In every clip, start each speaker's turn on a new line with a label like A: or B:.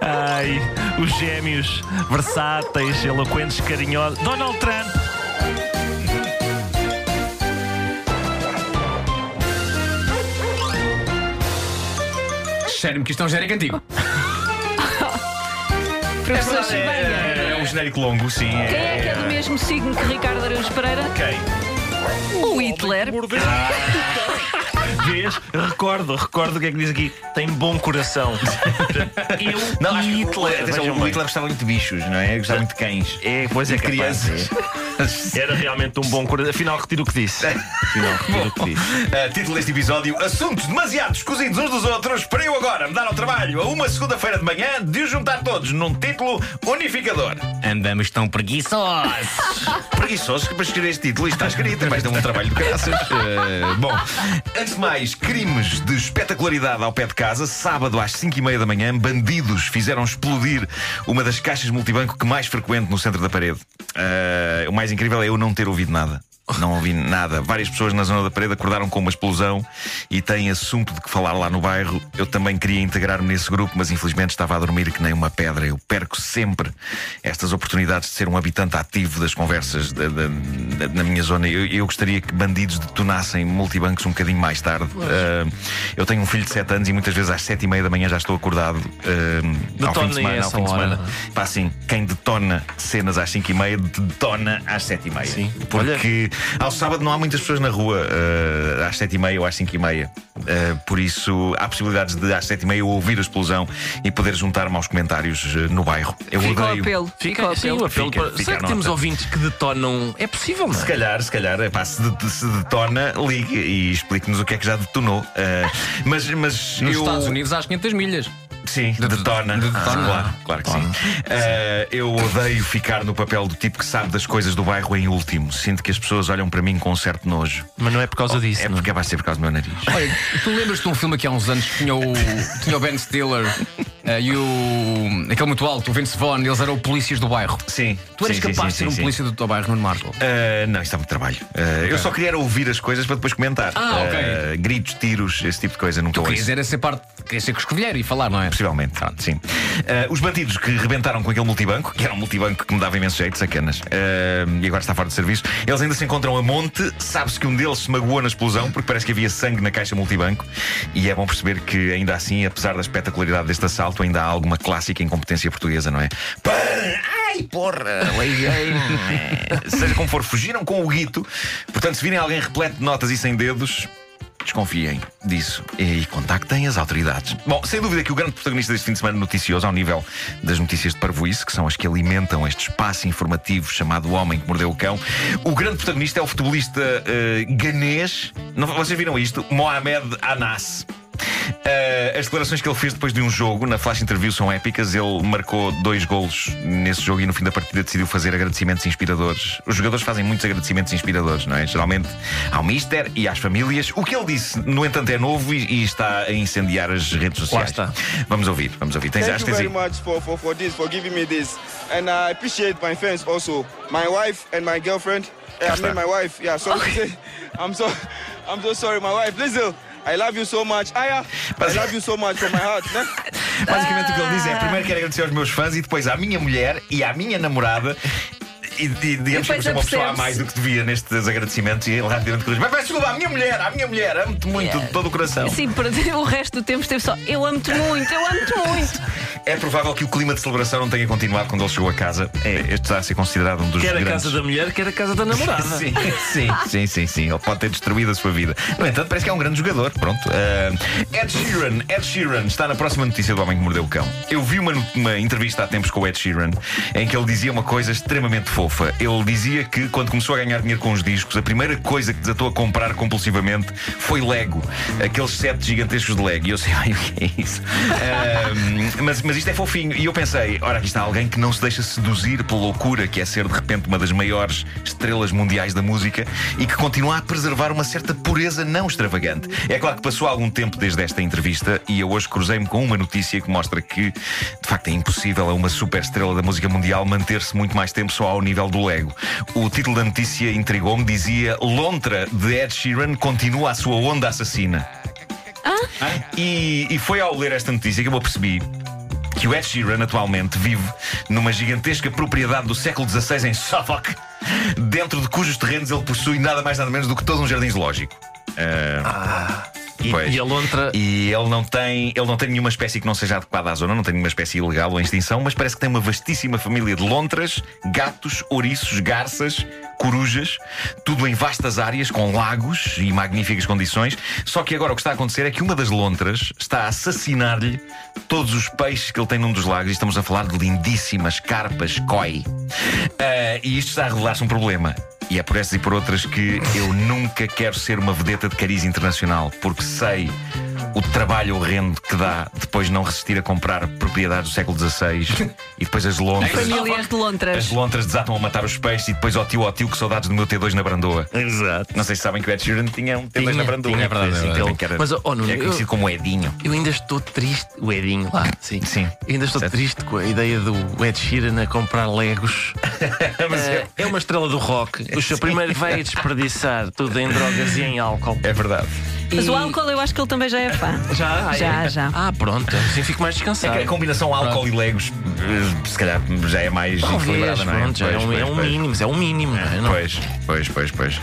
A: Ai, os gêmeos versáteis, eloquentes, carinhosos. Donald Trump!
B: Cheiro-me que isto é um genérico antigo.
C: Professor Chibanha.
A: É um genérico longo, sim.
C: Quem é que é do mesmo signo que Ricardo Araújo Pereira?
A: Quem?
C: O Hitler.
A: Vês? Recordo, recordo o que é que diz aqui. Tem bom coração. Eu
D: Não, acho
A: e
D: que o-
A: Hitler.
D: atenção,
A: Vejam
D: o
A: bem.
D: Hitler gostava muito de bichos, não é? Gostava muito de cães.
A: É, pois é,
D: de
A: capaz,
D: crianças.
A: Era realmente um bom coração. Afinal, retiro o que disse. Afinal, retiro o que disse.
D: Ah, título deste episódio: Assuntos demasiado escozidos uns dos outros para eu agora me dar ao trabalho a uma segunda-feira de manhã de os juntar todos num título unificador.
B: Andamos tão preguiçosos.
D: Preguiçosos que para escrever este título isto está escrito, mas deu um trabalho de graças. Eh, bom, antes de mais, crimes de espetacularidade ao pé de casa. Sábado às 5h30 da manhã, bandidos fizeram explodir uma das caixas multibanco que mais frequente no centro da parede. Eh, o mais incrível é eu não ter ouvido nada. Não ouvi nada. Várias pessoas na zona da parede acordaram com uma explosão e têm assunto de que falar lá no bairro. Eu também queria integrar-me nesse grupo, mas infelizmente estava a dormir que nem uma pedra. Eu perco sempre estas oportunidades de ser um habitante ativo das conversas da- da- da- na minha zona. Eu, eu gostaria que bandidos detonassem multibancos um bocadinho mais tarde. Ah, eu tenho um filho de 7 anos e muitas vezes às 7 e meia da manhã já estou acordado. ah, ao fim
A: Detonem
D: de semana, ao
A: essa
D: fim de
A: hora,
D: semana.
A: não é?
D: Pá, assim, quem detona cenas às 5 e meia, detona às 7 e meia.
A: Sim.
D: Porque ao sábado não há muitas pessoas na rua eh, às 7 e meia ou às 5 e meia. Eh, por isso, há possibilidades de às 7 e meia eu ouvir a explosão e poder juntar-me aos comentários eh, no bairro. Eu
C: Fica o
D: odeio.
C: apelo.
E: Fica,
C: Fica o
E: assim, sim,
C: apelo.
E: o apelo
D: Fica,
E: para...
D: fica
E: Será
D: a
E: que temos
D: nota.
E: ouvintes que detonam? É possível, não
D: Se
E: é?
D: calhar, se calhar, epá, se, de- se detona, ligue e explique-nos o que é que já detonou. Eh, mas mas
B: Nos
D: eu.
B: Estados Unidos às 500 milhas.
D: Sim, de, detona.
B: de- de-
D: Ah,
B: detona.
D: claro, claro que sim. Ah, eu odeio ficar no papel do tipo que sabe das coisas do bairro em último. Sinto que as pessoas olham para mim com um certo nojo.
A: Mas não é por causa disso.
D: É
A: não.
D: porque vai ser por causa do meu nariz.
B: Olha, tu lembras-te de um filme aqui há uns anos que tinha o, tinha o Ben Stiller eh, e o. aquele muito alto, o Vince Vaughn, eles eram polícias do bairro.
D: Sim.
B: Tu eras
D: sim,
B: capaz
D: sim,
B: de ser
D: sim,
B: um
D: sim.
B: polícia do teu bairro, Nuno Marco?
D: Ah, não, isto é muito trabalho. Ah, Eu só queria era ouvir as coisas para depois comentar.
B: Ah, ok.
D: Ah, gritos, tiros, esse tipo de coisa, nunca
B: Tu
D: ouço.
B: querias era ser parte. Querias ser coscovilheiro e falar, não é?
D: Possivelmente, sim. Ah, os bandidos que rebentaram com aquele multibanco, que era um multibanco que me dava imenso jeito, sacanas, ah, e agora está fora de serviço, eles ainda se encontram a monte. Sabe-se que um deles se magoou na explosão, porque parece que havia sangue na caixa multibanco. E é bom perceber que, ainda assim, apesar da espetacularidade deste assalto, ainda há alguma clássica incompetência portuguesa, não é? Pã! Ai, porra! Liguei! Seja como for, fugiram com o guito. Portanto, se virem alguém repleto de notas e sem dedos, Desconfiem disso e contactem as autoridades. Bom, sem dúvida que o grande protagonista deste fim de semana noticioso, ao nível das notícias de parvoíce, que são as que alimentam este espaço informativo chamado O Homem que Mordeu o Cão, o grande protagonista é o futebolista eh, ganês, não, vocês viram isto? Mohamed Anas. Eh, as declarações que ele fez depois de um jogo na flash interview são épicas. Ele marcou dois golos nesse jogo e no fim da partida decidiu fazer agradecimentos inspiradores. Os jogadores fazem muitos agradecimentos inspiradores, não é? Geralmente ao Mister e às famílias. O que ele disse, no entanto, é novo e, e está a incendiar as redes sociais.
A: está.
D: Vamos ouvir, vamos ouvir. Tens,
F: Thank
D: acho
F: you
D: que tens
F: very
D: aí.
F: much for, for, for this, for giving me this. And I appreciate my fans also. My wife and my girlfriend. Yeah, I
D: está.
F: mean my wife. Yeah, sorry. I'm so I'm so sorry, my wife. Listen, I love you so much. Aya, I love you so much from my heart. né?
D: Basicamente o que ele
C: Ah.
D: diz é: primeiro quero agradecer aos meus fãs e depois à minha mulher e à minha namorada. E, e digamos que eu
C: Depois
D: sou uma pessoa a
C: apercebe-se.
D: mais do que devia nestes agradecimentos. E ele rapidamente diz: Mas desculpa, à minha mulher, à minha mulher, amo-te muito de todo o coração.
C: Sim, perdi Assim, o resto do tempo esteve só. Eu amo-te muito, eu amo-te muito.
D: É provável que o clima de celebração não tenha continuado quando ele chegou a casa. É, este está a ser considerado um dos
A: Quer a
D: grandes.
A: casa da mulher, quer a casa da namorada.
D: Sim, sim, sim, sim, sim. Ele pode ter destruído a sua vida. No entanto, parece que é um grande jogador. Pronto. Ah, Ed Sheeran, Ed Sheeran está na próxima notícia do Homem que Mordeu o Cão. Eu vi uma, no- uma entrevista há tempos com o Ed Sheeran em que ele dizia uma coisa extremamente fofa. Ele dizia que quando começou a ganhar dinheiro com os discos, a primeira coisa que desatou a comprar compulsivamente foi Lego. Aqueles sete gigantescos de Lego. E eu sei bem o que é isso. Ah, mas, mas isto é fofinho. E eu pensei, ora, aqui está alguém que não se deixa seduzir pela loucura que é ser de repente uma das maiores estrelas mundiais da música e que continua a preservar uma certa pureza não extravagante. É claro que passou algum tempo desde esta entrevista e eu hoje cruzei-me com uma notícia que mostra que, de facto, é impossível a uma superestrela da música mundial manter-se muito mais tempo só ao nível do Lego. O título da notícia intrigou-me, dizia Lontra de Ed Sheeran continua a sua onda assassina. E, e foi ao ler esta notícia que eu me apercebi que o Ed Sheeran atualmente vive numa gigantesca propriedade do século XVI em Suffolk, dentro de cujos terrenos ele possui nada mais nada menos do que todo um jardim zoológico. Eh,
E: E,
D: Pois.
E: e a lontra.
D: e ele não, tem, ele não tem nenhuma espécie que não seja adequada à zona, não tem nenhuma espécie ilegal ou em extinção, mas parece que tem uma vastíssima família de lontras, gatos, ouriços, garças, corujas, tudo em vastas áreas, com lagos e magníficas condições. Só que agora o que está a acontecer é que uma das lontras está a assassinar-lhe todos os peixes que ele tem num dos lagos, e estamos a falar de lindíssimas carpas koi. Ah, e isto está a revelar-se um problema. E é por estas e por outras que eu nunca quero ser uma vedeta de cariz internacional, porque sei o trabalho horrendo que dá depois não resistir a comprar propriedades do século XVI e depois as lontras.
C: Famílias de
D: As
C: lontras.
D: lontras desatam a matar os peixes e depois ao tio, ao tio, que saudades do meu T2 na Brandoa.
A: Exato.
D: Não sei se sabem que o Ed Sheeran tinha um T2 na
E: Tinha,
D: Brandoa.
E: tinha, é
B: verdade, é verdade.
D: Ele que era,
E: Mas, oh, Nuno,
D: era conhecido
E: eu-
D: como Edinho.
E: Eu ainda estou triste. O Edinho lá. Sim.
D: Sim.
E: Eu ainda estou
D: Certo.
E: triste com a ideia do Ed Sheeran a comprar Legos.
D: Mas
E: Eh, é uma estrela do rock. O seu primeiro vai desperdiçar tudo em drogas e em álcool.
D: é, é verdade.
C: Mas o álcool eu acho que ele também já é fã.
E: Já? Ah, é?
C: Já, já.
E: Ah, pronto. Assim fico mais descansado.
D: A combinação álcool e legos, eh, se calhar, já é mais
E: Talvez,
D: equilibrada, não é?
E: pronto, já é
D: Pois,
E: um, é
D: pois,
E: um
D: pois.
E: mínimo, é um mínimo. não é? Não-
D: Pois, pois, pois, pois.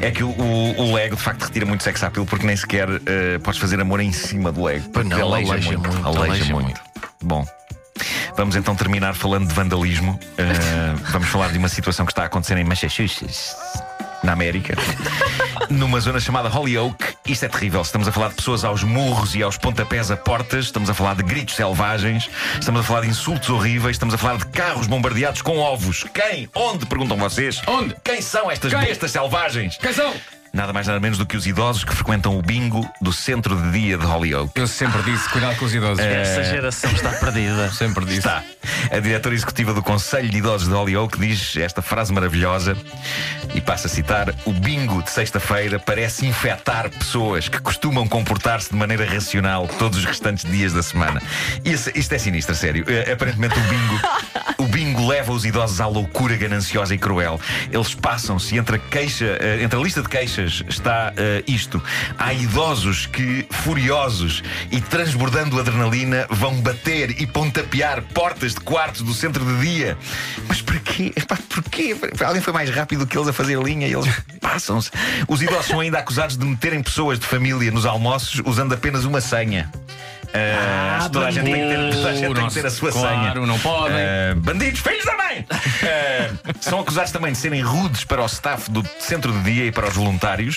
D: É que o, o- o Lego de facto retira muito sex appeal porque nem sequer eh, podes fazer amor em cima do Lego.
E: Pois não,
D: Porque
E: aleija muito, aleija muito.
D: Bom. Vamos então terminar falando de vandalismo. Eh, vamos falar de uma situação que está a acontecer em Massachusetts, na América, numa zona chamada Holyoke. Isto é terrível. Estamos a falar de pessoas aos murros e aos pontapés a portas, estamos a falar de gritos selvagens, estamos a falar de insultos horríveis, estamos a falar de carros bombardeados com ovos. Quem? Onde? Perguntam vocês.
B: Onde?
D: Quem são estas
B: Quem?
D: bestas selvagens?
B: Quem são?
D: Nada mais nada menos do que os idosos que frequentam o bingo do centro de dia de Holyoke.
B: Eu sempre disse, cuidado com os idosos.
D: É,
E: Essa geração está perdida.
B: Sempre disse.
D: Está. A diretora executiva do Conselho de Idosos de Holyoke diz esta frase maravilhosa e passa a citar: O bingo de sexta-feira parece infectar pessoas que costumam comportar-se de maneira racional todos os restantes dias da semana. Isso- isto é sinistro, a sério. Eh, Aparentemente, o bingo. O bingo leva os idosos à loucura gananciosa e cruel. Eles passam-se e entre a queixa, eh, entre a lista de queixas está eh, isto. Há idosos que, furiosos e transbordando adrenalina, vão bater e pontapear portas de quartos do centro de dia. Mas porquê? Epá, porquê? Alguém foi mais rápido que eles a fazer linha e eles passam-se. Os idosos são ainda acusados de meterem pessoas de família nos almoços usando apenas uma senha. Ah, toda, a gente tem que ter, toda a gente tem que ter a sua senha.
B: Claro, não podem.
D: Eh, bandidos, filhos da mãe! Eh, são acusados também de serem rudes para o staff do centro de dia e para os voluntários,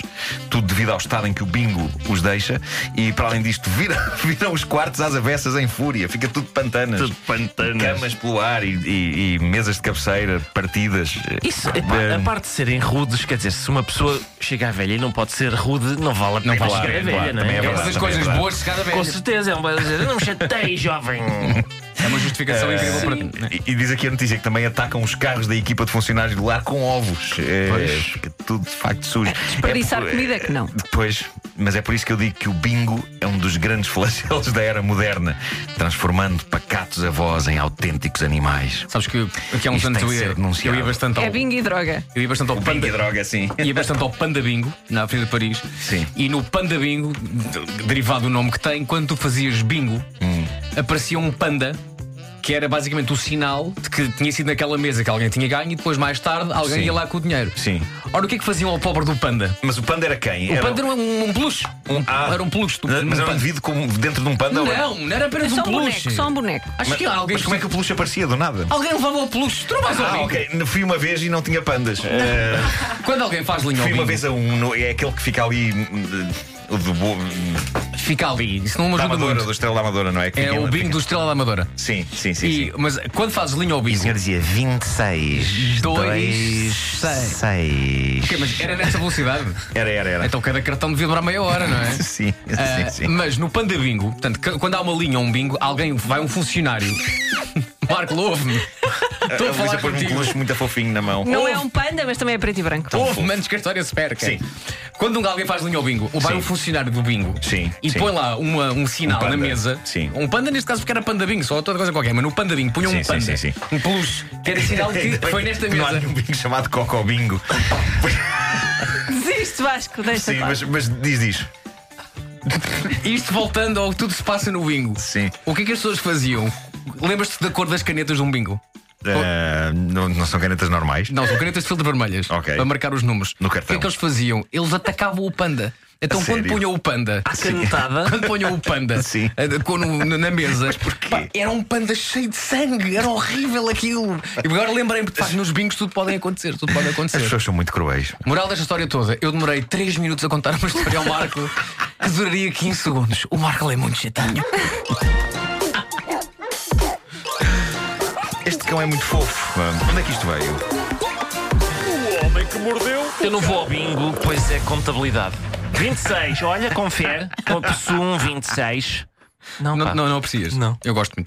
D: tudo devido ao estado em que o bingo os deixa. E para além disto, viram, viram os quartos às avessas em fúria, fica tudo pantanas.
A: De pantanas.
D: Camas pelo ar e, e- e mesas de cabeceira partidas.
E: Isso,
D: Eh,
E: epá,
D: eh,
E: a parte de serem rudes, quer dizer, se uma pessoa chega à velha e não pode ser rude, não vale a pena
B: vale,
E: chegar à
D: claro,
E: velha, não é?
D: também é
B: É
D: verdade,
B: uma das
D: também é
B: coisas
D: verdade.
B: boas de cada
E: Com
B: vez.
E: certeza, é um belo dizer, não me chatei, jovem.
B: É uma justificação incrível para ti.
D: Né? E, e diz aqui a notícia que também atacam os carros da equipa de funcionários do lar com ovos. Eh, fica tudo de facto sujo.
C: Desperdiçar
D: por-
C: comida é que não.
D: Depois, mas é por isso que eu digo que o bingo é um dos grandes flagelos da era moderna, transformando pacatos avós em autênticos animais.
B: Sabes que aqui há uns
D: Isto
B: anos
D: tem
B: eu
D: que ser
B: ia, eu
D: denunciado.
B: ia bastante ao.
C: É bingo e droga.
B: Eu ia bastante ao
D: Bingo
B: Panda.
D: e droga, sim.
B: Ia é bastante ao Panda Bingo, na Avenida de Paris.
D: Sim.
B: E no Panda Bingo, de- derivado do nome que tem, quando tu fazias bingo,
D: Hum.
B: aparecia um panda que era basicamente o sinal de que tinha sido naquela mesa que alguém tinha ganho e depois mais tarde alguém
D: Sim.
B: ia lá com o dinheiro.
D: Sim.
B: Ora, o que é que faziam ao pobre do panda?
D: Mas o panda era quem?
B: O panda era um, um peluche. Um-
D: Ah.
B: era um peluche. do-
D: Mas
B: um
D: era um
B: panda.
D: indivíduo com- dentro de um panda? ou era-
B: Não, não era apenas
C: Só
B: um
C: um
B: peluche.
C: boneco, só um boneco.
B: Acho
D: Mas,
B: que alguém,
D: mas como é que o peluche aparecia do nada?
B: alguém levava o peluche. Tu não vais ao
D: Ah,
B: bingo.
D: ok. Fui uma vez e não tinha pandas. Eh,
B: Quando alguém faz linha ao
D: fui uma
B: Ah, bingo,
D: vez a um. no- É aquele que fica ali. hum, eh, o do bo- hum,
B: fica ali. Isso não me
D: da
B: ajuda
D: Amadora,
B: muito.
D: do Estrela da Amadora, não é? Que
B: É
D: Tá fica-
B: o bingo do Estrela da Amadora.
D: Sim, sim, sim. sim.
B: E, mas quando fazes linha ao
D: E o
B: bingo.
D: senhor dizia 26.
B: Dois,
D: dois,
B: seis.
D: seis.
B: Ok, mas era nessa velocidade.
D: Era, era, era.
B: Então cada cartão devia durar meia hora, não é?
D: Sim,
B: Ah,
D: sim, sim.
B: Mas no Panda Bingo, portanto, c- quando há uma linha ou um bingo, alguém vai um funcionário. Marco, ouve-me. Estou a
D: A Luísa
B: falar
D: pôs-me um
B: contigo.
D: peluche muito fofinho na mão.
C: Não é um panda, mas também é preto e branco.
B: Ouve-me antes que a história se perca.
D: Sim.
B: Quando um alguém faz linha ao bingo, ou vai
D: Sim.
B: um funcionário do bingo
D: Sim,
B: e
D: sim.
B: põe lá uma- um sinal
D: Um
B: na
D: panda.
B: mesa.
D: Sim.
B: Um panda, neste caso, porque era panda bingo, só outra coisa qualquer, mas no panda bingo punha um
D: Sim, sim,
B: panda.
D: sim, sim.
B: Um peluche, que era sinal que foi nesta
D: Não há
B: mesa.
D: nenhum bingo chamado Coco Bingo.
C: Desiste, Vasco, deixa
D: Sim,
C: lá.
D: mas, mas diz, diz.
B: Isto voltando ao que tudo se passa no bingo.
D: Sim.
B: O que é que as pessoas faziam Lembras-te da cor das canetas de um bingo?
D: Eh, não, não são canetas normais.
B: Não, são canetas de filtro vermelhas.
D: Ok.
B: Para marcar os números.
D: No
B: O que é
D: cartão.
B: que eles faziam? Eles atacavam o panda. Então,
D: A
B: quando
D: sério?
B: punham o panda.
E: À canetada.
B: Quando punham o panda
D: Sim.
B: eh, com- no- na mesa, Mas
D: porquê?
B: era um panda cheio de sangue, era horrível aquilo. E agora lembrei-me, de facto, nos bingos tudo podem acontecer, tudo pode
D: As
B: acontecer.
D: pessoas são muito cruéis.
B: Moral desta história toda, eu demorei 3 minutos a contar uma história ao Marco que duraria 15 segundos. O Marco é muito chatanho.
D: Este cão é muito fofo. Ah, Onde é que isto veio?
E: Eu não vou ao bingo, pois é contabilidade. um 26, olha, confere. Opção 26. Não,
B: Não,
E: pá.
B: não, não aprecias?
E: Não.
B: Eu gosto muito.